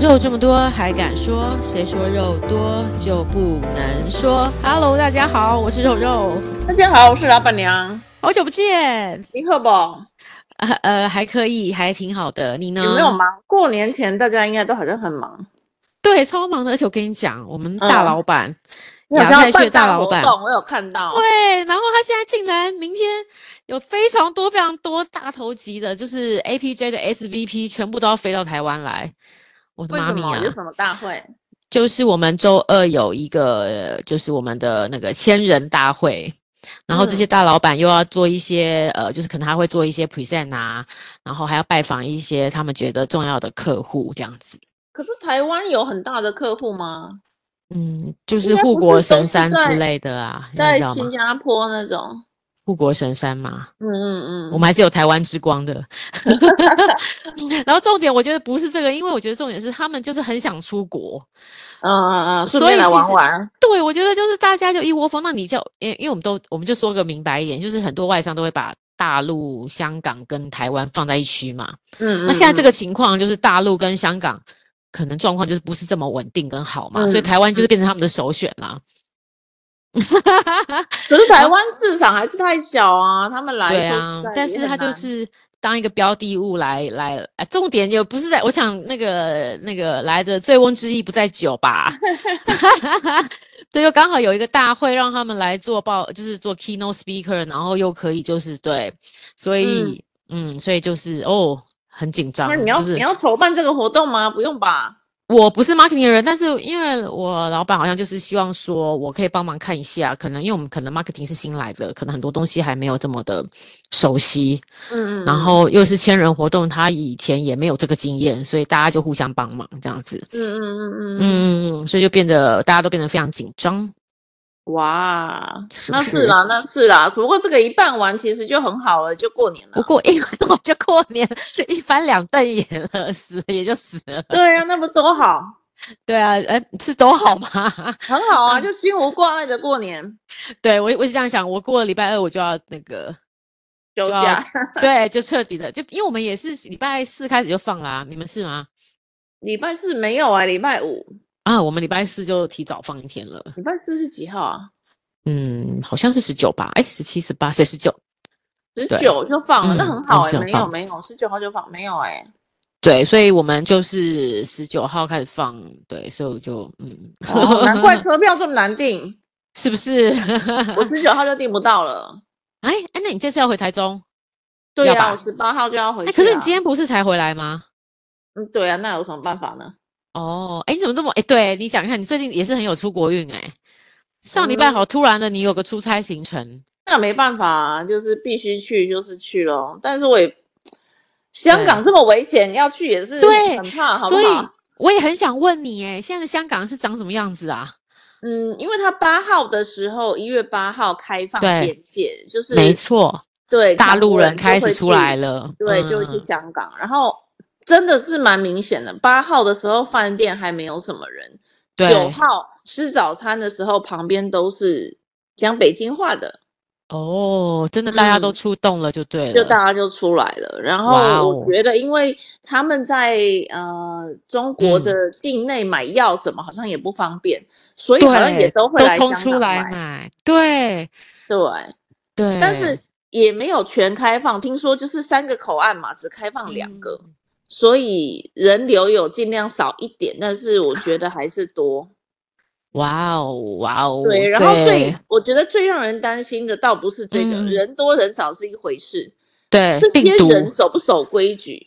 肉这么多还敢说？谁说肉多就不能说？Hello，大家好，我是肉肉，大家好，我是老板娘，好久不见。你好不？呃呃，还可以，还挺好的。你呢？有没有忙？过年前大家应该都好像很忙，对，超忙的。而且我跟你讲，我们大嗯老板，你好亚像太有区的办大大老活板，动，我有看到。对，然后他现在竟然明天有非常多、非常多大头级的，就是 APJ 的 SVP 全部都要飞到台湾来。我的为妈什咪么？啊！有什么大会？就是我们周二有一个，就是我们的那个千人大会，然嗯后这些大老板又要做一些，呃，就是可能他会做一些 present 啊，然后还要拜访一些他们觉得重要的客户，这样子。可是台湾有很大的客户吗？嗯，就应是该护不国是都神是山之在类的啊，你在知道吗新？加坡那种？护国神山嘛，嗯嗯嗯，我们还是有台湾之光 的。然后重点我觉得不是这个，因为我觉得重点是他们就是很想出国。嗯嗯嗯，顺所便以来其玩实玩。对，我觉得就是大家就一窝蜂。那你叫，因为因为我们都我们就说个明白一点，就是很多外商都会把大陆、香港跟台湾放在一区嘛。嗯，那现在这个个情况就是大陆跟香港可能状况就是不是这么稳定跟好嘛，所以嗯台湾就是变成他们的首选啦。可是台湾市场还是太小啊，他们来对说啊实在，但也是很它就难是当一个标的物来来，哎重点也不是在，我想那个那个来的醉翁之意不在酒吧， 对，又刚好有一个大会让他们来做报，就是做 keynote speaker，然后又可以就是对，所以嗯所以就是哦，很紧张，那你要就是你要筹办这个活动吗？不用吧？我不是 marketing 的人，但是因为我老板好像就是希望说我可以帮忙看一下，可能因为我们可能 marketing 是新来的，可能很多东西还没有这么的熟悉，嗯嗯，然后又是千人活动，他以前也没有这个经验，所以大家就互相帮忙这样子。嗯嗯嗯嗯嗯，嗯，所以就变得大家都变得非常紧张，哇，是不那是是啦，那是啦。不过这个一办完，其实就很好了，就过年不了。过因为我就过年一翻两瞪眼了，死了也就死了。 对啊呀、那不多好，对啊，呃，是都好吗？ 很好 啊，就心无挂碍的过年对我我是这样想，我过了礼拜二我就要那个，休就要假。对，就彻底的，就因为我们也是礼拜四开始就放啦、你们是吗？礼拜四没有啊，礼拜五，啊，我们礼拜四就提早放一天了，礼拜四是几号啊？嗯，好像是十九吧，哎，十七、十八，所以十九，十对九就放了，那嗯很好那哎、是很没有棒没有，十九号就放，没有哎、 对，所以我们就是十九号开始放，对，所以我就嗯，哦，难怪车票这么难订，是不是？我十九号就订不到了。哎哎，那你这次要回台中？对要呀、吧我十八号就要回去、哎，啊。可是你今天不是才回来吗？嗯，对啊，那有什么办法呢？哦，哎，你怎么这么哎？对你讲一下，你最近也是很有出国运哎。上礼拜嗯好突然的，你有个出差行程，那没办法、啊，就是必须去，就是去咯。但是我也，香港对这么危险，要去也是对很怕，啊好不所以好？我也很想问你哎，现在的香港是长什么样子啊？嗯，因为他八号的时候，一月八号开放对边界，就是没，错，对，大强陆国人就开会始出去来，了，对，就会嗯去香港。然后真的是蛮明显的，八号的时候饭店还没有什么人，九对号吃早餐的时候旁边都是讲北京话的，哦，真的大家都嗯出动了，就对了，就大家就出来了。然哇后哦我觉得，因为他们在呃中国嗯的境内买药什么好像也不方便，所以好像也对都会都来冲香出港来买。买，对对，对，但是也没有全开放，听说就是三个口岸嘛，只开放两个，嗯所以人流有尽量少一点，但是我觉得还是多。哇哦哇哦，对，然后最啊对我觉得最让人担心的倒不是这个、嗯人多人少是一回事，对这病些毒，人守不守规矩。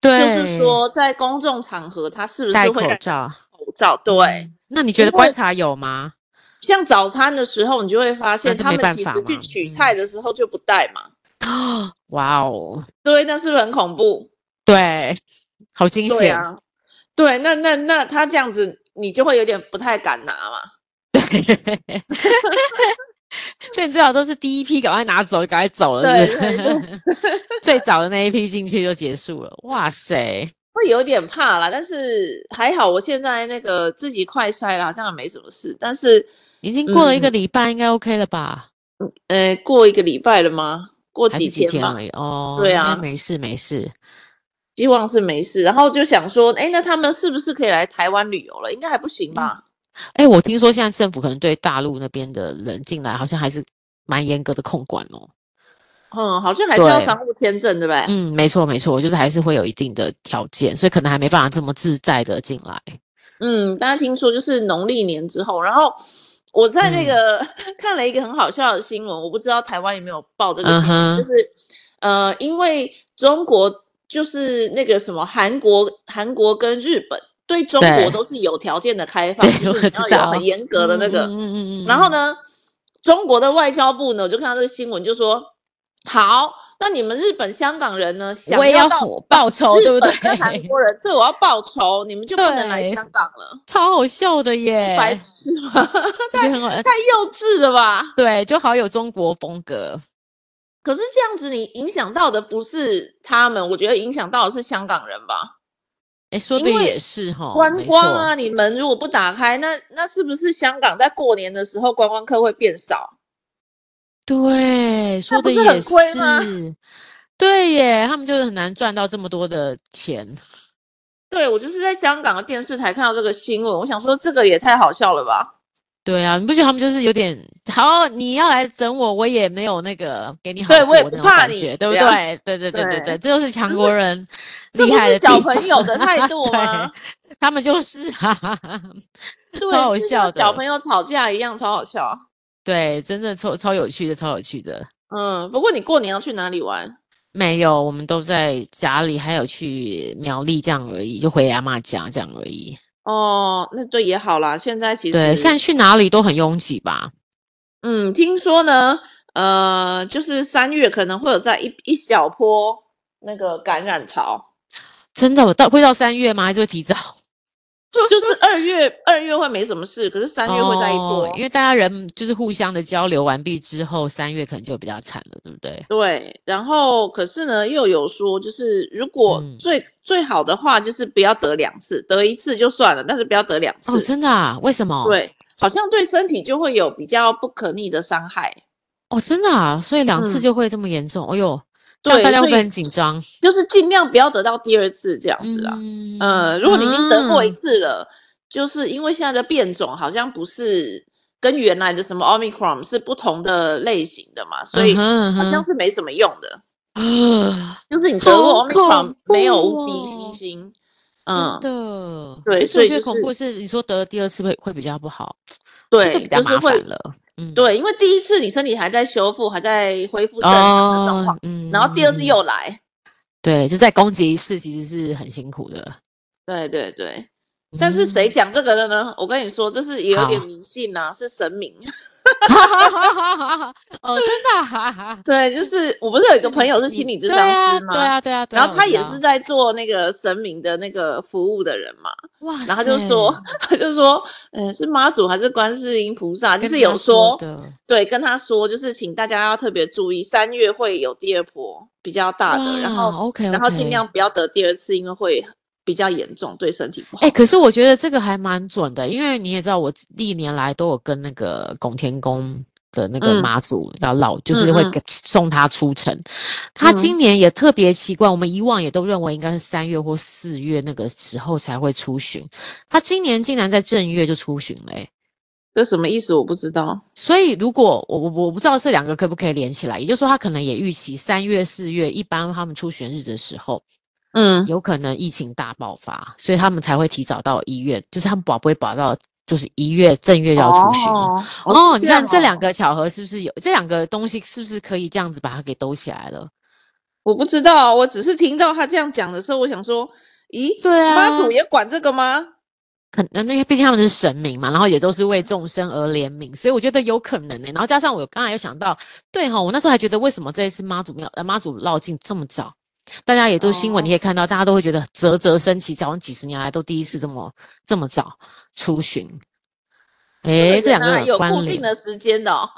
就对，是说在公众场合，他是不戴是口会戴罩，口罩？对，嗯，那你觉得因为观察有吗？像早餐的时候，你就会发现那就他没们办其法实去嘛取嗯菜的时候就不戴嘛。哇哦，对，那是不是很恐怖？对，好惊对险，啊，对，那那那他这样子，你就会有点不太敢拿嘛。所以你最好都是第一批赶快拿走，赶快走了，对是不对对，是？ 最早的那一批进去就结束了，哇塞，会有点怕啦。但是还好，我现在那个自己快筛了，好像也没什么事。但是已经过嗯了一个礼拜，应该 OK 了吧？呃，过一个礼拜了吗？过还是几几天天吧。而已哦，对应该啊没事没事，希望是没事。然后就想说，哎，那他们是不是可以来台湾旅游了？应该还不行吧？哎，我听说现在政府可能对大陆那边的人进来好像还是蛮严格的控管哦。嗯，好像还是要对商务签证，对不对？嗯，没错没错，就是还是会有一定的条件，所以可能还没办法这么自在的进来。嗯，大家听说就是农历年之后，然后我在那个、嗯 看了一个很好笑的新闻，我不知道台湾有没有报这个嗯新闻，哼就，是呃，因为中国就是那个什么韩国、韩国跟日本对中对国都是有条件的开放，对就我是知你要有道很严格的那个。嗯嗯嗯嗯嗯然后呢，中国的外交部呢，我就看到这个新闻，就说好，那你们日本、香港人呢，想我也要到火报仇，对不日本 对？跟韩国人，对我要报仇，你们就不能来对香港了，超好笑的耶，白痴吗？我觉得很好，太幼稚了吧！对，就好有中国风格。可是这样子，你影响到的不是他们，我觉得影响到的是香港人吧？哎，说因的为也是哈，观哦没光错啊，你门如果不打开，那那是不是香港在过年的时候观光客会变少？对，说不的是很也亏吗是，对耶，他们就是很难赚到这么多的钱。对我就是在香港的电视台看到这个新闻，我想说这个也太好笑了吧？对啊，你不觉得他们就是有点好？你要来整我，我也没有那个给你好对我也过不那种怕感你觉，对不对这样？对对对对对对，这就是强国人这厉不害是的小地朋方友的态度对 吗？他们就是 啊，对，超好就像笑小的朋友吵架一样，超好笑。对，真的超超有趣的，超有趣的。嗯，不过你过年要去哪里玩？没有，我们都在家里，还有去苗栗这样而已，就回阿嬷家这样而已。哦，那对也好啦。现在其实对，现在去哪里都很拥挤吧？嗯，听说呢，呃，就是三月可能会有在一一小波那个感 染潮，真的，到会到三月吗？还是会提早？就是二月二月会没什么事，可是 三月会在一波。哦，因为大家人就是互相的交流完毕之后，三月可能就比较惨了，对不对？对，然后可是呢，又有说，就是如果嗯最、最好的话，就是不要得两次，得一次就算了，但是不要得两次。哦，真的啊？为什么？，对，好像对身体就会有比较不可逆的伤害。哦，真的啊？所以两次嗯就会这么严重？哎呦，这样对，大家会所不会以很紧张？就是尽量不要得到第二次这样子啊。嗯呃，如果你已经得过一啊次了，就是因为现在的变种好像不是跟原来的什么 omicron 是不同的类型的嘛，所以嗯好哼嗯像哼是没什么用的。啊就是你得好过恐 omicron 没有无敌怖哦哦星星，嗯真，的，而对且所我以觉得就恐怖的是你说得了第二次会会比较不好，这就对，比较就是麻会烦了。嗯，对，因为第一次你身体还在修复，还在恢复正常的状哦况，，嗯，然后第二次嗯又来，对，就再攻击一次，其实是很辛苦的。对对对。但是谁讲这个的呢？我跟你说，这是也有点好迷信呐、是神明。 嗯？ 哦，真的、啊，对，就是我不 是有一个朋友是心理咨对商啊，师吗？对啊，对啊，对啊。然后我他知也道是，在做那个神明的那个服务的人嘛，哇塞，然后他就说， 他就说，嗯、是妈祖还是观世音菩萨？就跟是他有说说，的，对，跟他说，就是请大家要特别注意，三月会有第二波比较大啊的，然后 OK，然后尽量。不要得第二次，因为会比较严重，对身体不好。哎、可是我觉得这个还蛮准的，因为你也知道，我历年来都有跟那个拱天宫的那个嗯妈祖要唠，就是会嗯嗯嗯给送他出城。他今年也特别奇怪，我们以往也都认为应该是三月或四月那个时候才会出巡，他今年竟然在正月就出巡了、欸。这什么意思？我不知道。所以，如果我我我不知道这两个可不可以连起来，也就是说，他可能也预期三月、四月一般他们出巡日的时候，嗯，有可能疫情大爆发，所以他们才会提早到一月，就是他们保不会保到就是一月正月要出巡。哦哦哦，你看这两个。个巧合是不是有这两个东西是不是可以这样子把它给兜起来了？我不知道，我只是听到他这样讲的时候，我想说，咦，对啊妈祖也管这个吗？可能那些毕竟他们是神明嘛，然后也都是为众生而怜悯，所以我觉得有可能欸呢、然后加上我有刚才有想到，对哈、我那时候还觉得为什么这一次妈祖庙呃妈祖绕境这么早，大家也都新闻哦你可以看到，大家都会觉得啧啧生奇，好像几十年来都第一次这么这么早出巡。诶，哎这两原个来有关固联定，的时间的、哦，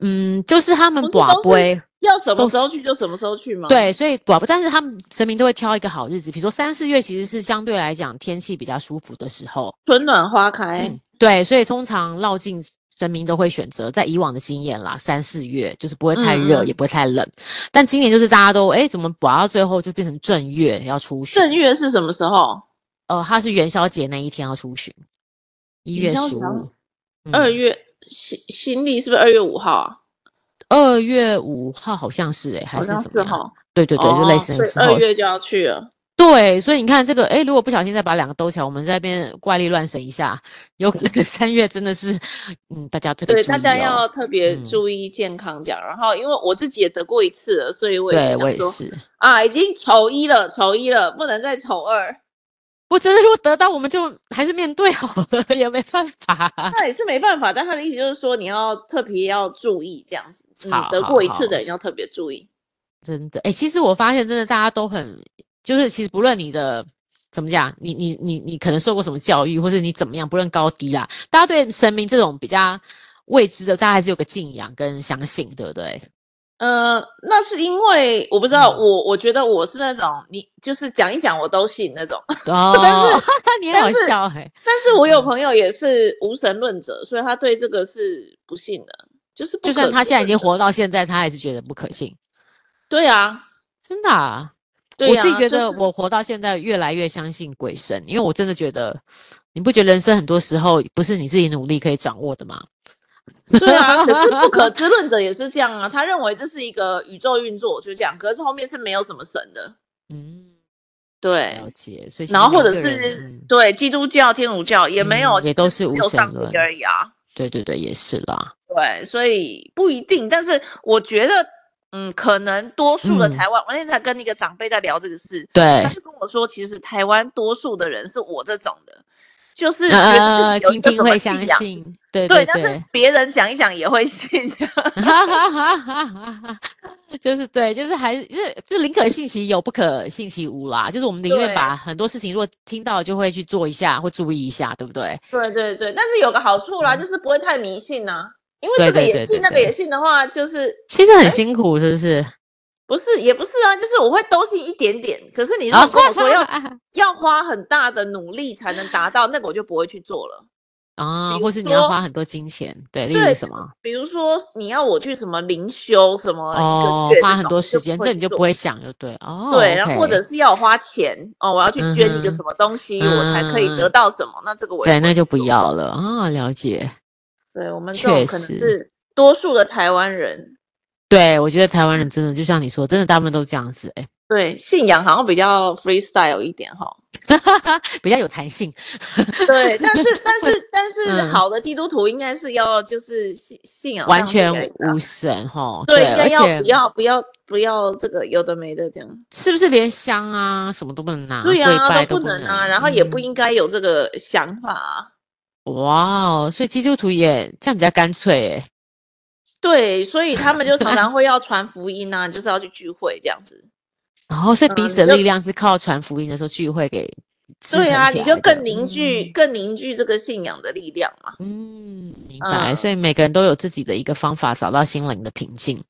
嗯，就是他们不是寡都是哦龟。要什都是么时候去就什么时候去吗？，对，所以寡不，但是他们神明都会挑一个好日子，比如说三四月其实是相对来讲天气比较舒服的时候，哎嗯春暖花开。对，所以通常绕境神明都会选择在以往的经验啦，三四月就是不会太热，嗯嗯也不会太冷。但今年就是大家都哎，怎么玩到最后就变成正月要出巡？正月是什么时候？呃，它是元宵节那一天要出巡，一元月宵十节要五，二嗯月新新历是不是二月五号啊？二月五号好像是哎、还好是像什么呀？哈，对对对，就类似哦那个时所以二候。月就要去了。对，所以你看这个，哎，如果不小心再把两个兜起来，我们在那边怪力乱神一下，有可能三月真的是，嗯，大家特别对，注大家意哦要特别嗯注意健康讲。然后，因为我自己也得过一次了，所以我对也我也想说是。啊，已经丑一了，丑一了，不能再丑啊二。我真的如果得到，我们就还是面对好了， 也没办法。那也是没办法，但他的意思就是说，你要特别要注意这样子。嗯好，得好过一好次的人要特别注意。真的，哎、其实我发现真的大家都很，就是其实不论你的怎么讲，你你你你可能受过什么教育，或者你怎么样，不论高低啦，大家对神明这种比较未知的，大家还是有个敬仰跟相信，对不 对？呃，那是因为我不知道，嗯我我觉得我是那种你就是讲一讲我都信那种， 哦， 你很但好是笑哎、但是我有朋友也是无神论者，所以他对这个是不信的，就是不就算可他现在已知经论的活到现在，他还是觉得不可信，对啊，真的、啊。对我自己啊觉就得，是我活到现在越来越相信鬼神，因为我真的觉得，你不觉得人生很多时候不是你自己努力可以掌握的吗？对啊，可是不 可知论者也是这样啊，他认为这是一个宇宙运作，就这样。可是后面是没有什么神的，嗯，对了解。所以其然实后或每者个人是嗯对基督教、天主教也没有，嗯也都是只无有神上论帝，而已啊。对对对，也是啦。对，所以不一定，但是我觉得，嗯，可能多数的嗯台湾，我那天才跟一个长辈在聊这个事，对他，就跟我说，其实台湾多数的人是我这种的，就是觉呃得，自己有一听个听什会么信相仰，信，对对，但是对，别人讲一讲也会 信这样。哈哈哈哈哈哈。就是对， 就是还是就是就宁可信其有，不可信其无啦。就是我们宁愿对把很多事情，如果听到就会去做一下，或注意一下，对不对？对对对，但是有个好处啦，嗯就是不会太迷信呐、因为对这个对也对信，对那个对也信的话，就是其实很辛苦，是不是？不是也不是啊，就是我会都信一点点。可是你哦如果跟我 说要要花很大的努力才能达到，那个我就不会去做了。啊，比或如是你要说花很多金钱，对，例对如什么比如说你要我去什么灵修什么哦一个月，花这很种多我时不间，会这你就做不会想，就对哦。对，然后或 OK 者是要我花钱哦，我要去捐一嗯个哼什么东西，我才可以嗯嗯得到什么，那这个我也对，会那就不做。要了啊，了解。对我们这确种可能实是多数的台湾人，对，我觉得台湾人真的就像你说，真的大部分都这样子，哎，对信仰好像比较 freestyle 一点 哈。比较有弹性。对，但是但是但是嗯好的基督徒应该是要就是信信仰完上帝全而已啊无神哈。对，应该而要且不要不要不要这个有的没的这样。是不是连香啊什么都不能拿，对跪啊，拜都都不能啊，然后也不嗯应该有这个想法啊。哇哦，所以基督徒也这样比较干脆，哎，对，所以他们就常常会要传福音啊，就是要去聚会这样子。然后所以彼嗯此你的就力量是靠传福音的时候聚会给支对撑啊，起你来就的更凝聚、嗯更凝聚这个信仰的力量嘛。嗯，明白。所嗯以每个人都有自己的一个方法，找到心灵的平静。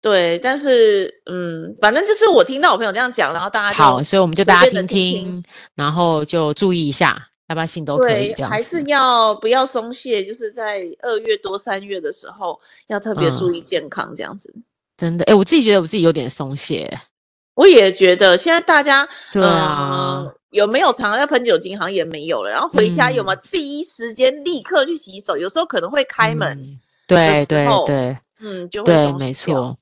对，但是嗯，反正就是我听到我朋友这样讲，然后大家好，啊就所以我们就随大家便地听听听听，然后就注意一下，要不要信都可以对这，样还子是。要不要松懈，就是在二月多三月的时候要特嗯别注意健康这样子。真的，哎，我自己觉得我自己有点松懈。我也觉得现在大家，对啊呃，嗯有没有常常在喷酒精？好像也没有了。然后回家有嗯没有第一时间立刻去洗手？有时候可能会开门，嗯，对时对候对嗯，就会对，松没懈掉。错，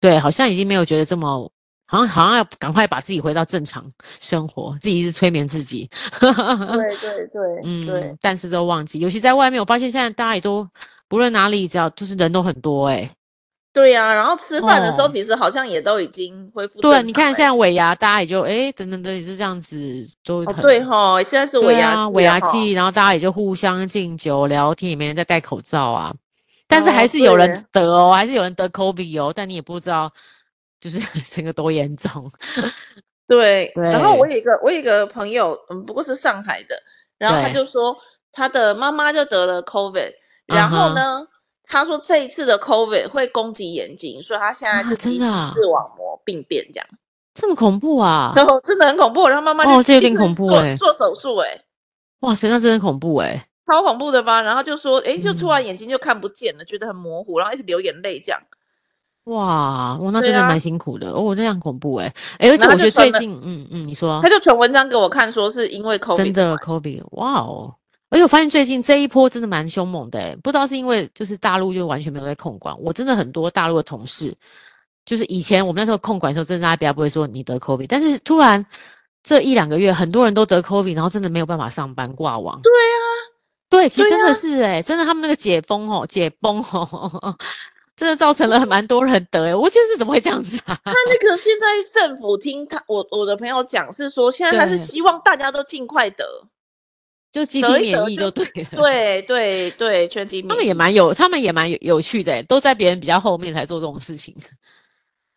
对，好像已经没有觉得这么。好像好像要赶快把自己回到正常生活，自己一直催眠自己。 嗯对对对对嗯，但是都忘记，尤其在外面，我发现现在大家也都不论哪里，只要就是人都很多哎、对呀、然后吃饭的时候，哦其实好像也都已经恢复正对，啊常你看现了在尾牙，大家也就哎等等等也是这样子，都哦很、，对哈，现在是对尾牙啊，季尾了牙吼季，然后大家也就互相敬酒聊天，也没人在戴口罩啊。但是还哦是有人对得哦，还是有人得 COVID 哦，但你也不知道，就是 整个多严重。 对，然后我对有一个我有一个朋友，嗯，不过是上海的，然后他对就说他的妈妈就得了 COVID，然嗯后哼呢，他说这一次的 COVID 会攻击眼睛，所以他现在啊就真是的啊视网膜病变这样，这么恐怖 啊！然后真的很恐怖，然后妈妈就哦这有一点直恐怖做欸做手术哎，哇塞，那真的恐怖哎、超恐怖的吧？然后就说，哎，就突然嗯眼睛就看不见了，觉得很模糊，然后一直流眼泪这样。哇，我那对真的啊蛮辛苦的，哦，那样恐怖哎、哎，而且然后我觉就得最传了近，嗯嗯，你说他就传文章给我看，说是因为 COVID 真的 Kobe，哇哦！而且我发现最近这一波真的蛮凶猛的、欸，不知道是因为就是大陆就完全没有在控管，我真的很多大陆的同事，就是以前我们那时候控管的时候，真的大家比较不会说你得 COVID，但是突然这一两个月，很多人都得 COVID，然后真的没有办法上班挂网。对啊，对，其实对啊真的是哎、真的他们那个解封哦，解封哦， 真的造成了蛮多人得哎、我觉得是怎么会这样子啊？ 他那个现在政府听他我我的朋友讲是说，现在他是对希望大家都尽快 得。就集体得一免得疫就就对了。对对对，全体免疫。他们也蛮有，他们也蛮有有趣的欸，都在别人比较后面才做这种事情。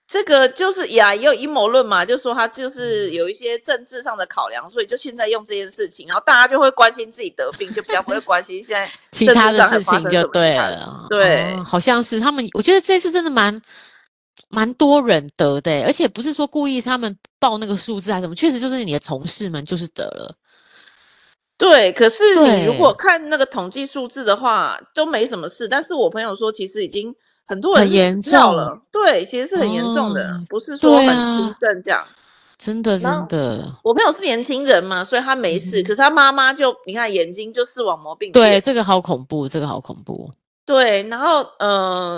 这个就是呀，也有阴谋论嘛，就说他嗯就是有一些政治上的考量，所以就现在用这件事情，然后大家就会关心自己得病，就比较不会关心现 在其政他治的上事还发情生就什么对事啊了，对哦好像是他们，我觉得这次真的蛮蛮多人得的欸，而且不是说故意他们报那个数字还是啊什么，确实就是你的同事们就是得了，对，可是你如果对看那个统计数字的话，都没什么事。但是我朋友说，其实已经很多很人是严死掉重了，对，其实是很严重的，哦不是说对很啊轻症这样。真的真那的，我朋友是年轻人嘛，所以他没事，嗯哼可是他妈妈就你看眼睛就视网膜病对变，这个好恐怖，这个好恐怖，对，然后嗯、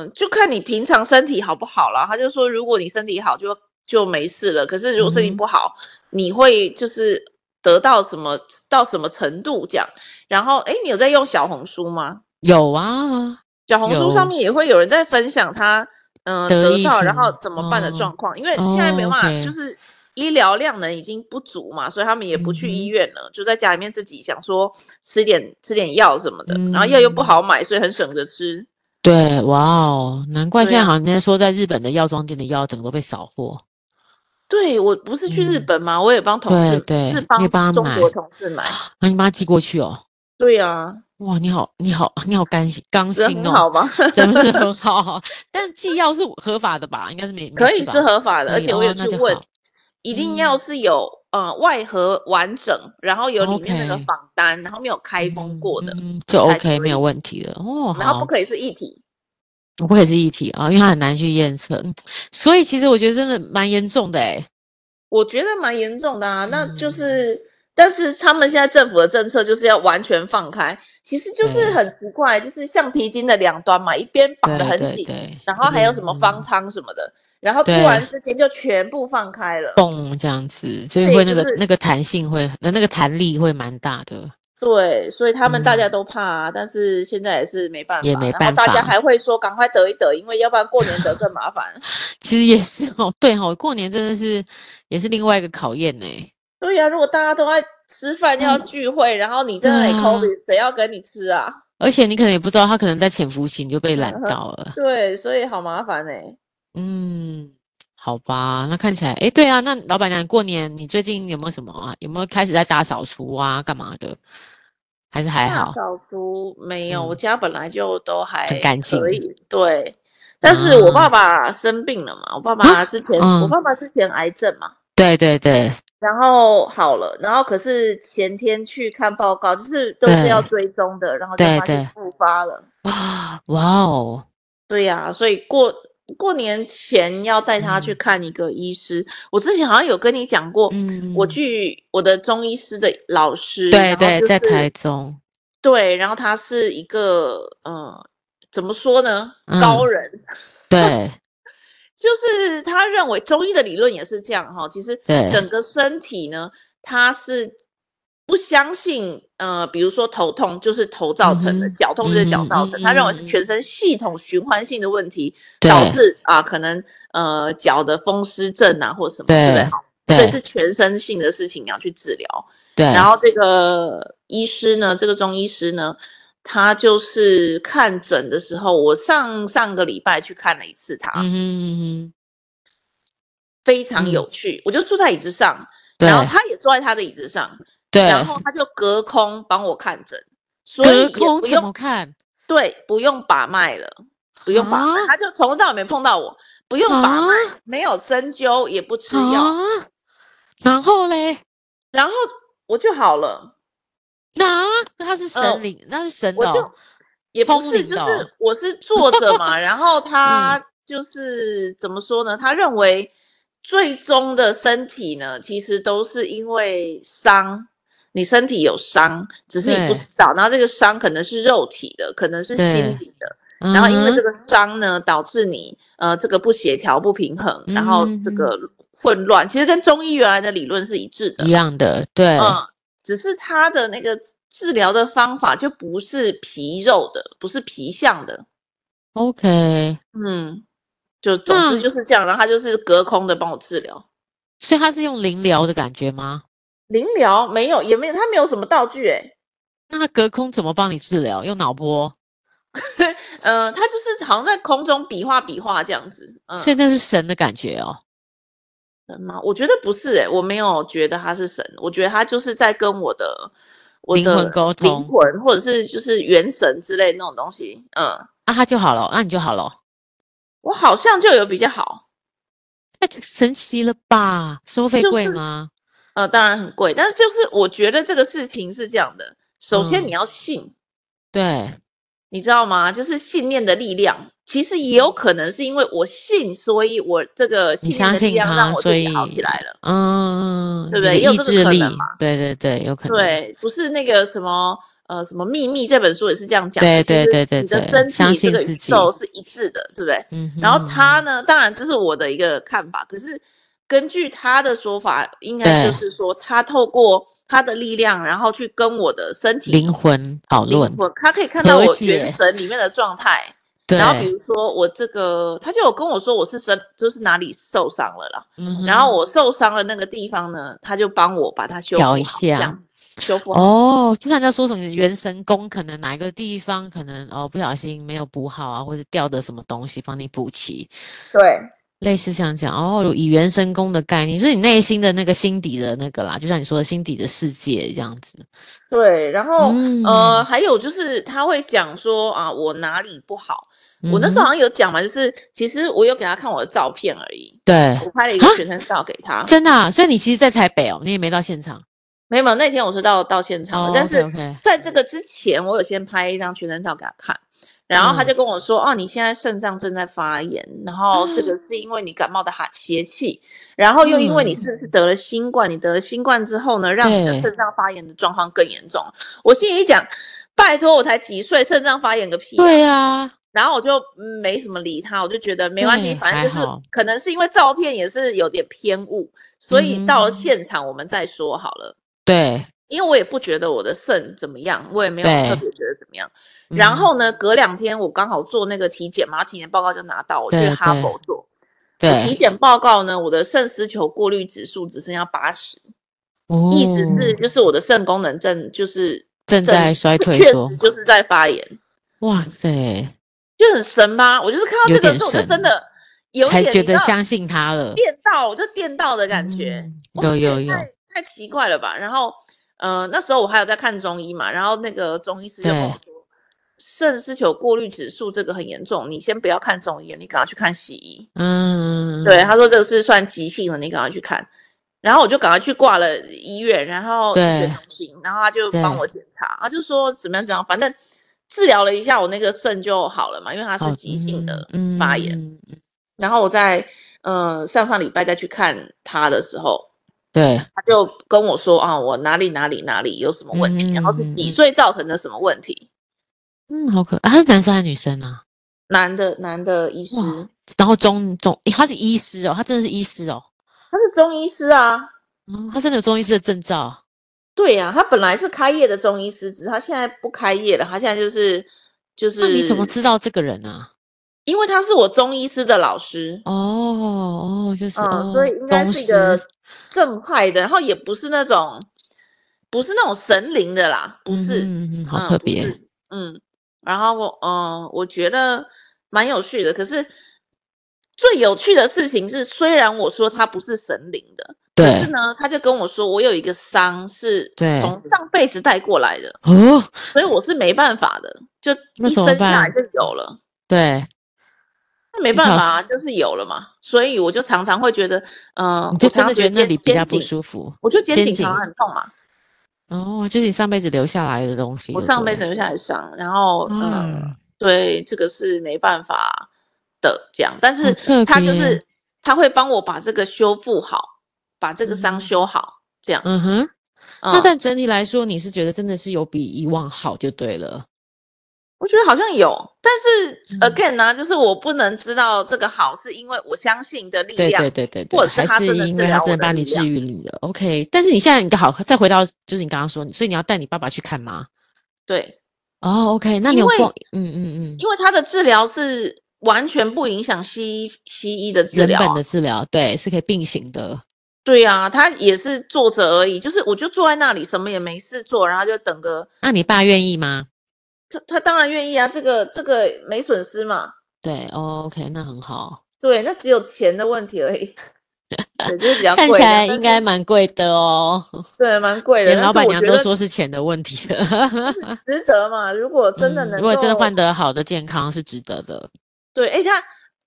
呃就看你平常身体好不好啦。他就说，如果你身体好就就没事了，可是如果身体嗯哼不好，你会就是得到什么到什么程度这样。然后，哎，你有在用小红书吗？有啊，小红书有上面也会有人在分享他嗯、呃得得疫到然后情怎么办的哦状况，因为现在没哦办法， ，OK 就是医疗量能已经不足嘛，所以他们也不去医嗯哼院了，就在家里面自己想说吃点吃点药什么的，然后药又不嗯好买，所以很省着吃。对，哇哦，难怪对现在啊好像人家说在日本的药妆店的药整个都被扫货，对我不是去日嗯本嘛，我也帮同事对对是你也帮他帮中买国同事买，那啊你把它寄过去哦。对啊，哇，你好，你好，你好刚性刚人性很好哦，吧？真的很好。但寄药是合法的吧？应嗯该是没没可以事吧是合法的，可而以且我哦有那去就问好，嗯一定要是有呃外盒完整，然后有里面那个 OK 仿单，然后没有开封过的，嗯嗯就才 OK，可没有以问题的。哦，然后好不，可以是一体。我不可以是一体啊，因为它很难去验测，嗯所以其实我觉得真的蛮严重的哎。我觉得蛮严重的啊，那嗯就是，但是他们现在政府的政策就是要完全放开，其实就是对很奇怪，就是橡皮筋的两端嘛，一边绑对得很对紧，对，然后还有什么方嗯舱什么的，然后突对然之间就全部放开了。蹦这样子，所以对会就那个是那个弹性会，呃那个弹力会蛮大的。对，所以他们大家嗯都怕啊，但是现在也是没办法，也没然办后大家法还会说赶快得一得，因为要不然过年得更麻烦。 其实也是哦，对哦，过年真的是也是另外一个考验呢。对呀、如果大家都爱吃饭哎要聚会，然后你在那里对啊 COVID，谁要跟你吃啊？而且你可能也不知道，他可能在潜伏期你就被拦到了。对，所以好麻烦哎、嗯，好吧，那看起来，诶，对啊，那老板娘过年你最近有没有什么啊？有没有开始在大扫除啊？干嘛的？还是还大好？扫除没有，我嗯家本来就都还干净可以。对，但是我啊爸爸生病了嘛，我爸爸之前、我嗯爸爸之前癌症嘛，对对对然后好了，然后可是前天去看报告，就是都是要对追踪的，然后就对发现对复发了。啊，哇哦，对呀、所以过过年前要带他去嗯看一个医师。我之前好像有跟你讲过，嗯，我去我的中医师的老师，对然后对，就在是台中，对，然后他是一个呃，怎么说呢，高嗯人，对就是他认为中医的理论也是这样哈、其实对整个身体呢，他是不相信呃，比如说头痛就是头造成的，嗯哼脚痛就是脚嗯哼造成，他认为是嗯全身系统循环性的问题导对致啊、可能呃脚的风湿症啊或什么之类对的，所对以是全身性的事情要去治疗。对，然后这个医师呢，这个中医师呢，他就是看诊的时候，我上上个礼拜去看了一次他，嗯哼嗯哼，非常有趣。我就坐在椅子上，然后嗯对他也坐在他的椅子上，然后对，他就隔空帮我看诊，所以隔也空不怎么用看？对，不用把脉了，不用把脉，啊他就从头到尾没碰到我，不用把脉，啊没有针灸，也不吃药，啊，然后嘞，然后我就好了。那、他是神灵，那是神呃我的就哦。也不通是，灵就的哦是我是作者嘛，然 嗯后他就是怎么说呢？他认为最终的身体呢，其实都是因为伤，你身体有伤，只是你不对知道，然后这个伤可能是肉体的，可能是心对理的，然后因为嗯这个伤呢，导致你呃这个不协调、不平衡，然后这嗯个混乱，其实跟中医原来的理论是一致的哼一。样的，对，嗯，只是他的那个治疗的方法就不是皮肉的，不是皮相的， OK，嗯，就总之那就是这样。然后他就是隔空的帮我治疗，所以他是用灵疗的感觉吗？灵疗没有，也没有，他没有什么道具、欸，那他隔空怎么帮你治疗？用脑波，呃，他就是好像在空中比划比划这样子，嗯，所以那是神的感觉哦。神吗？我觉得不是、欸，我没有觉得他是神，我觉得他就是在跟我的我的灵魂沟灵通魂或者是就是元神之类那种东西，嗯，那、啊他就好了，那你就好了。我好像就有比较好。太神奇了吧？收费就贵是吗？呃，当然很贵，但是就是我觉得这个事情是这样的，首先嗯你要信，对，你知道吗？就是信念的力量，其实也有可能是因为我信，所以我这个嗯信你念相的力信量他让，我自所己以好起来了。嗯，对不你对的也有意这个志可力能嘛，对对对，有可能。对，不是那个什么呃什么秘密这本书也是这样讲对的，对其实对对你的对身体相这信个自宇己宙是一致的，对不对？嗯哼，然后他呢，当然这是我的一个看法，可是根据他的说法，应该就对是说他透过他的力量，然后去跟我的身体灵魂讨灵论，魂，他可以看到和我解元神里面的状态。对，然后比如说我这个，他就有跟我说我是身就是哪里受伤了啦，嗯然后哼我受伤了那个地方呢，他就帮我把它修复调好，一这下样子修复好。哦，就像在说什么元神宫，可能哪一个地方可能哦不小心没有补好啊，或者掉的什么东西帮你补齐，对，类似像这样哦，以元神宫的概念，就是你内心的那个心底的那个啦，就像你说的心底的世界这样子。对，然后、呃，嗯还有就是他会讲说啊，我哪里不好。我那时嗯候哼好像有讲嘛，就是其实我有给他看我的照片而已，对，我拍了一个啊全身照给他。真的啊、所以你其实，在台北哦，你也没到现场。没有，没有那天我是到到现场的，哦但是 OK，OK 在这个之前，我有先拍一张全身照给他看，然后他嗯就跟我说：“哦，你现在肾脏正在发炎，然后这个是因为你感冒的寒邪气，然后又因为你啊嗯是不是得了新冠？你得了新冠之后呢，让你的对肾脏发炎的状况更严重。”我心里一讲，拜托，我才几岁，肾脏发炎个屁、对啊，然后我就嗯没什么理他，我就觉得没关系，对反正就还是好可能是因为照片也是有点偏误，所以到了嗯哼现场我们再说好了。对。因为我也不觉得我的肾怎么样，我也没有特对别觉得怎么样。然嗯后呢，隔两天我刚好做那个体检嘛，体检报告就拿到，我去对哈对佛做。我体对，检报告呢，我的肾丝球过滤指数只剩下八十、意思是哦就是我的肾功能正就是正在衰退确中实。就是在发炎，哇塞，就就很神吗？我就是看到有这个点时候，我就神真的有才点觉你知得道相信他了。电到，我就电到的感觉。嗯哇有这也有有太，太奇怪了吧？然后，呃，那时候我还有在看中医嘛，然后那个中医师就跟我对说，肾丝球过滤指数这个很严重，你先不要看中医了，你赶快去看西医。嗯，对，他说这个是算急性的，你赶快去看。然后我就赶快去挂了医院，然后医对院中心，然后他就帮对我检查，他就说怎么样怎么样，反正治疗了一下，我那个肾就好了嘛，因为它是好急性的哦嗯发炎。嗯嗯嗯然后我在呃上上礼拜再去看他的时候，对，他就跟我说啊，我哪里哪里哪里有什么问题，然后是嗯嗯几嗯岁造成的什么问题？嗯，好可爱。他是男生还是女生啊？男的男的医师，哇然后中中，诶他是医师哦，他真的是医师哦，他是中医师啊，嗯，他真的有中医师的证照。对呀、他本来是开业的中医师，只是他现在不开业了，他现在就是就是，那你怎么？知道这个人啊？因为他是我中医师的老师，哦哦，就是嗯，哦，所以应该宗是一个师正派的，然后也不是那种不是那种神灵的啦，不是。嗯哼嗯哼好嗯特不别。是嗯，然后我嗯、呃我觉得蛮有趣的。可是最有趣的事情是，虽然我说他不是神灵的，可对是呢，他就跟我说，我有一个伤是对从上辈子带过来的，哦，所以我是没办法的，就那一怎生么下来办就有了。对，那没不办小法啊，就是有了嘛，所以我就常常会觉得，嗯、呃，你就我真常常的觉得那肩里比较肩不颈舒服。我就肩肩颈常常颈很痛嘛，哦，就是你上辈子留下来的东西。我对不上辈对子留下来伤，然后嗯、呃嗯，对，这个是没办法的，这样，但是特他就别哦是他会帮我把这个修复好，把这个伤嗯修好，这样。嗯哼。嗯、那但整体来说，你是觉得真的是有比以往好就对了。我觉得好像有，但是嗯 again 呢、就是我不能知道这个好，是因为我相信的力对量。对对对或对，者是还他真的因治为他疗真我的的帮你力治量愈你了。OK，但是你现在你好，再回到就是你刚刚说，所以你要带你爸爸去看吗？对哦，OK，那因你有为逛？嗯嗯嗯，因为他的治疗是完全不影响西医西医的治人疗啊、本的治疗对是可以并行的。对啊，他也是坐着而已，就是我就坐在那里，什么也没事做，然后就等个那你爸愿意吗？他他当然愿意啊，这个这个没损失嘛，对、哦、，OK，那很好，对，那只有钱的问题 而已。对，就是比较看贵起的来但应该是蛮贵的哦，对，蛮贵的。连但老是板我娘觉都得说是钱的问题的。值得嘛。如果真的嗯能如果真的够换得好的健康是值得的。对，哎，他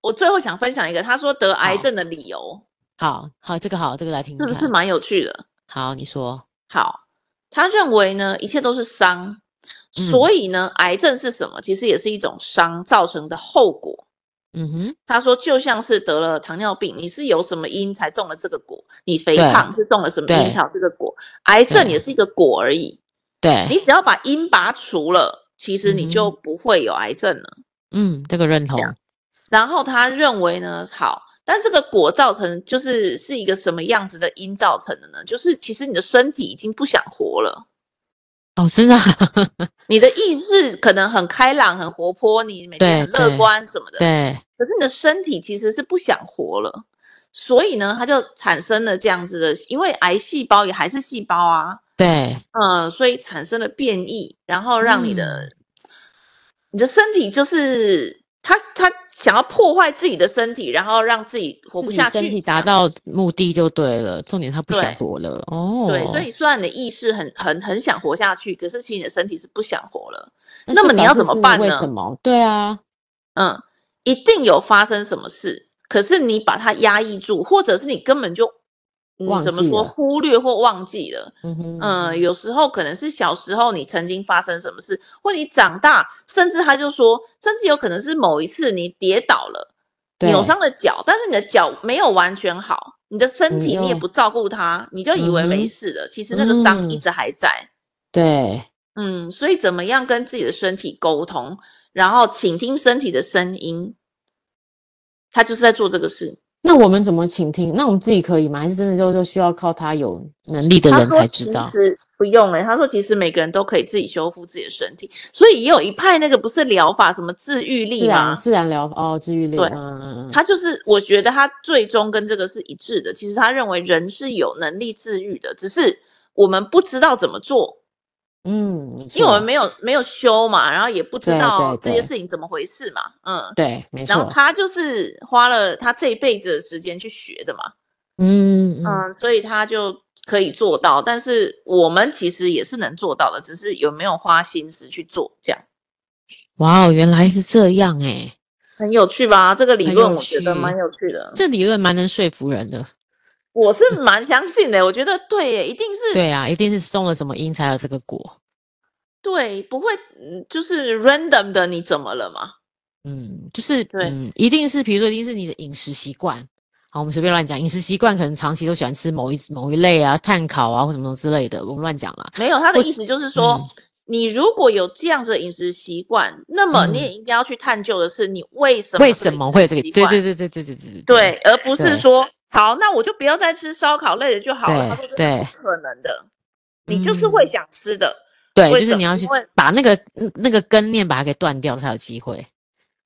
我最后想分享一个，他说得癌好症的理由好好，这个好，这个来听是听不是看。蛮有趣的？好，你说，好，他认为呢，一切都是伤，嗯所以呢，癌症是什么？其实也是一种伤造成的后果。嗯哼，他说，就像是得了糖尿病，你是有什么因才中了这个果，你肥对胖是中了什么对因才有这个果，癌症对也是一个果而已。对，你只要把因拔除了，其实你就嗯不会有癌症了。嗯，这个认同。然后他认为呢，好，但这个果造成就是是一个什么样子的因造成的呢？就是其实你的身体已经不想活了，哦，真的啊，你的意识可能很开朗、很活泼，你每对天很乐对观什么的， 对，可是你的身体其实是不想活了。所以呢，它就产生了这样子的，因为癌细胞也还是细胞啊，对，嗯、所以产生了变异，然后让你的、嗯你的身体就是它它想要破坏自己的身体，然后让自己活自不己下去，身体达这样到目的就对了，重点他不想对活了。哦，对，所以虽然你的意识很很很想活下去，可是其实你的身体是不想活了。那所么以你表要示怎么是办为呢什么？对啊，嗯，一定有发生什么事，可是你把它压抑住，或者是你根本就嗯忘怎么记说了忽略或忘记了。嗯哼，嗯，有时候可能是小时候你曾经发生什么事，或你长大，甚至他就说，甚至有可能是某一次你跌倒了，对扭伤了脚，但是你的脚没有完全好，你的身你体你也又不照顾它，你就以为嗯没哼事了，其实那个伤一嗯直还在。对，嗯，所以怎么样跟自己的身体沟通，然后倾听身体的声音，他就是在做这个事。那我们怎么倾听？那我们自己可以吗？还是真的就就需要靠他有能力的他人说才知其道？实不用哎、他说其实每个人都可以自己修复自己的身体，所以也有一派那个不是疗法，什么治愈自力然吗？自然疗哦，治愈力，对嗯嗯嗯，他就是我觉得他最终跟这个是一致的。其实他认为人是有能力治愈的，只是我们不知道怎么做，嗯，没错，因为我们没有没有修嘛，然后也不知对道这对些对事情怎么回事嘛，嗯。对，没然后错，他就是花了他这一辈子的时间去学的嘛，嗯嗯嗯，嗯，所以他就可以做到。但是我们其实也是能做到的，只是有没有花心思去做，这样哇哦，原来是这样哎、很有趣吧？这个理很论有我觉得趣蛮有趣的，这理论蛮能说服人的。我是蛮相信的。我觉得对耶，一定是对啊，一定是中了什么因才有这个果。对不会，嗯，就是 random 的，你怎么了嘛？嗯，就是对嗯，一定是，比如说，一定是你的饮食习惯。好，我们随便乱讲，饮食习惯可能长期都喜欢吃某一某一类啊，碳烤啊或什么什么之类的，我们乱讲啦。没有，他或的意思就是说。嗯你如果有这样子的饮食习惯，那么你嗯也应该要去探究的是，你为什么为什么会有这个？习对惯对对对对对对对，而不对是说好，那我就不要再吃烧烤类的就好了。他说对这是对不可能的，你就是会嗯想吃的。对，就为是什你么要因去为把那个嗯那个根念把它给断掉才有机会。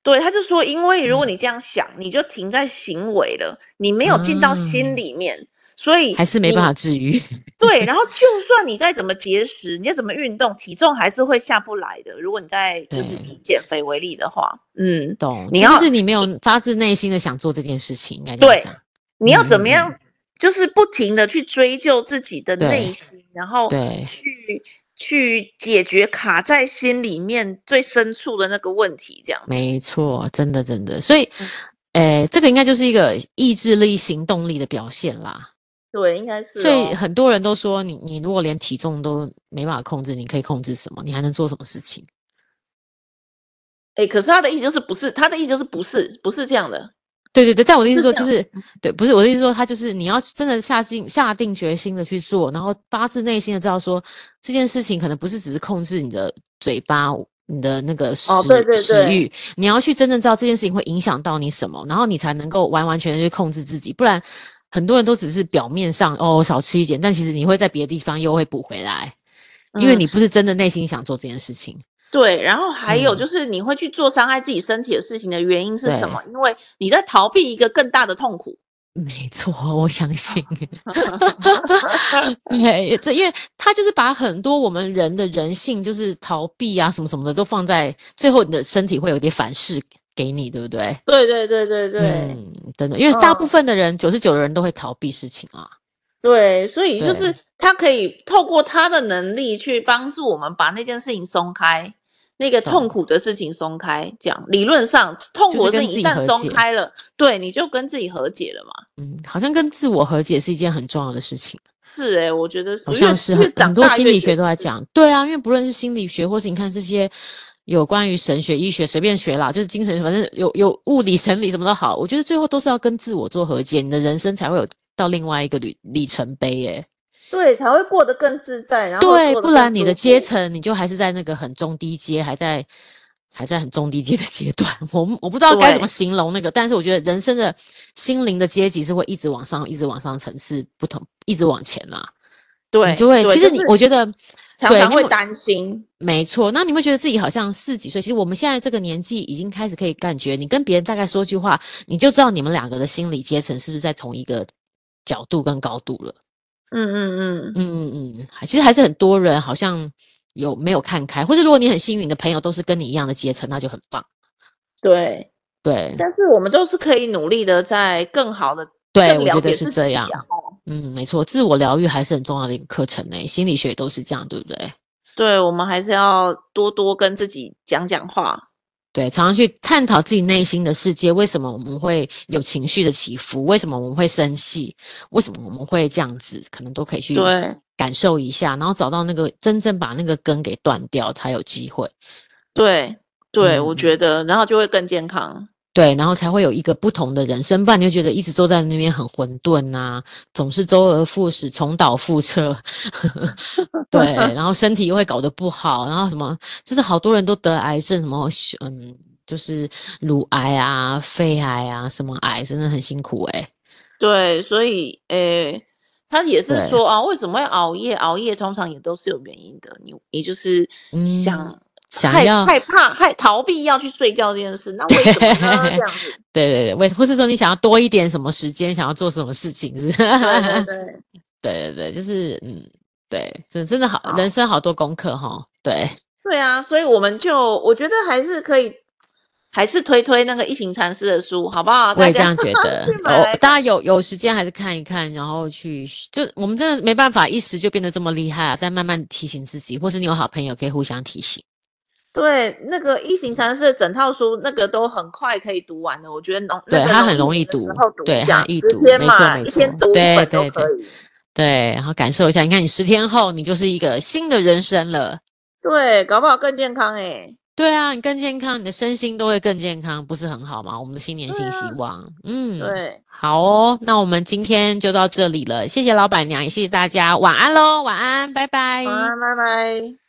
对，他就说，因为如果你这样想，你就停在行为了，你没有进到心嗯里面，所以还是没办你法治愈。对。然后就算你再怎么节食，你再怎么运动，体重还是会下不来的。如果你在就是对以减肥为例的话，嗯，懂？你这就要是你没有发自内心的想做这件事情，应该这对样讲。你要怎么嗯样，就是不停的去追究自己的内对心，然后对去去解决卡在心里面最深处的那个问题，这样子。没错，真的嗯真的，所以，诶、这个应该就是一个意志力、行动力的表现啦。对，应该是、哦。所以很多人都说你，你如果连体重都没办法控制，你可以控制什么？你还能做什么事情？哎，可是他的意思就是不是，他的意思就是不是，不是这样的。对对对，但我的意思是说，这就样是对，不是我的意思说，他就是你要真的下定下定决心的去做，然后发自内心的知道说这件事情可能不是只是控制你的嘴巴、你的那个食、哦对对食对欲，你要去真正知道这件事情会影响到你什么，然后你才能够完完全全去控制自己，不然很多人都只是表面上哦少吃一点，但其实你会在别的地方又会补回来，因为嗯你不是真的内心想做这件事情。对，然后还有嗯就是你会去做伤害自己身体的事情的原因是对什么？因为你在逃避一个更大的痛苦。没错，我相信。 对，这因为他就是把很多我们人的人性，就是逃避啊什么什么的，都放在最后，你的身体会有点反噬给你，对不对？对对对对对、嗯，真的，因为大部嗯分的人，九十九的人都会逃避事情啊。对，所以就对是他可以透过他的能力去帮助我们把那件事情松开，那个懂痛苦的事情松开。这样理论上痛就苦是的事跟情一自己旦和松解开了，对，你就跟自己和解了嘛。嗯，好像跟自我和解是一件很重要的事情，是哎、我觉得好越像是越很长很多大心越理觉学得都在是讲。对啊，因为不论是心理学，或是你看这些有关于神学、医学，随便学啦，就是精神，反正有有物理、生理什么都好，我觉得最后都是要跟自我做和解，你的人生才会有到另外一个旅里程碑耶、对，才会过得更自在。然后对过，不得更然你舒的阶服层，你就还是在那个很中低阶，还在还在很中低阶的阶段。 我们我不知道该怎么对形容那个，但是我觉得人生的心灵的阶级是会一直往上，一直往上层次不同，一直往前啦。对，你就会，对其就实你是我觉得常对常你会有担心。没错。那你会觉得自己好像四十几岁，其实我们现在这个年纪已经开始可以感觉，你跟别人大概说句话，你就知道你们两个的心理阶层是不是在同一个角度跟高度了。嗯嗯嗯，嗯嗯嗯，还其实还是很多人好像有没有看开，或者如果你很幸运，你的朋友都是跟你一样的阶层，那就很棒。对。对但是我们都是可以努力的，在更好的对，更我了觉得解是自这己样。啊哦嗯，没错，自我疗愈还是很重要的一个课程呢，心理学也都是这样，对不对？对，我们还是要多多跟自己讲讲话。对，常常去探讨自己内心的世界，为什么我们会有情绪的起伏？为什么我们会生气？为什么我们会这样子？可能都可以去对感受一下，然后找到那个真正把那个根给断掉，才有机会。对对，我嗯觉得，然后就会更健康。对，然后才会有一个不同的人生，不然你就觉得一直都在那边很混沌啊，总是周而复始、重蹈覆辙。 对，然后身体又会搞得不好，然后什么，真的好多人都得癌症，什么嗯，就是乳癌啊、肺癌啊、什么癌，真的很辛苦欸诶、对，所以诶，他也是对说啊，为什么会熬夜？熬夜通常也都是有原因的。你你就是嗯想想害要害怕、害逃避要去睡觉这件事，那为什么呢？这样子， 对对对，为或是说你想要多一点什么时间，想要做什么事情是？对对对。 对对对，就是嗯，对，真真的好，好人生好多功课哈，对。对啊，所以我们就我觉得还是可以，还是推推那个一行禅师的书，好不好？我啊大也这家样觉得 哦去，买有来大家有有时间还是看一看，然后去就我们真的没办法一时就变得这么厉害啊，但慢慢提醒自己，或是你有好朋友可以互相提醒。对那个一行禅师的整套书，那个都很快可以读完的，我觉得农对那个它很农容易历年的时读候读对这样它易十读天没嘛，错没一天错读一对本都对可以。对，然后感受一下，你看你十天后你就是一个新的人生了。对，搞不好更健康哎、对啊，你更健康，你的身心都会更健康，不是很好吗？我们的新年对新啊希望，嗯，对，好哦，那我们今天就到这里了，谢谢老板娘，也谢谢大家，晚安喽，晚安，拜拜。好啊，拜拜。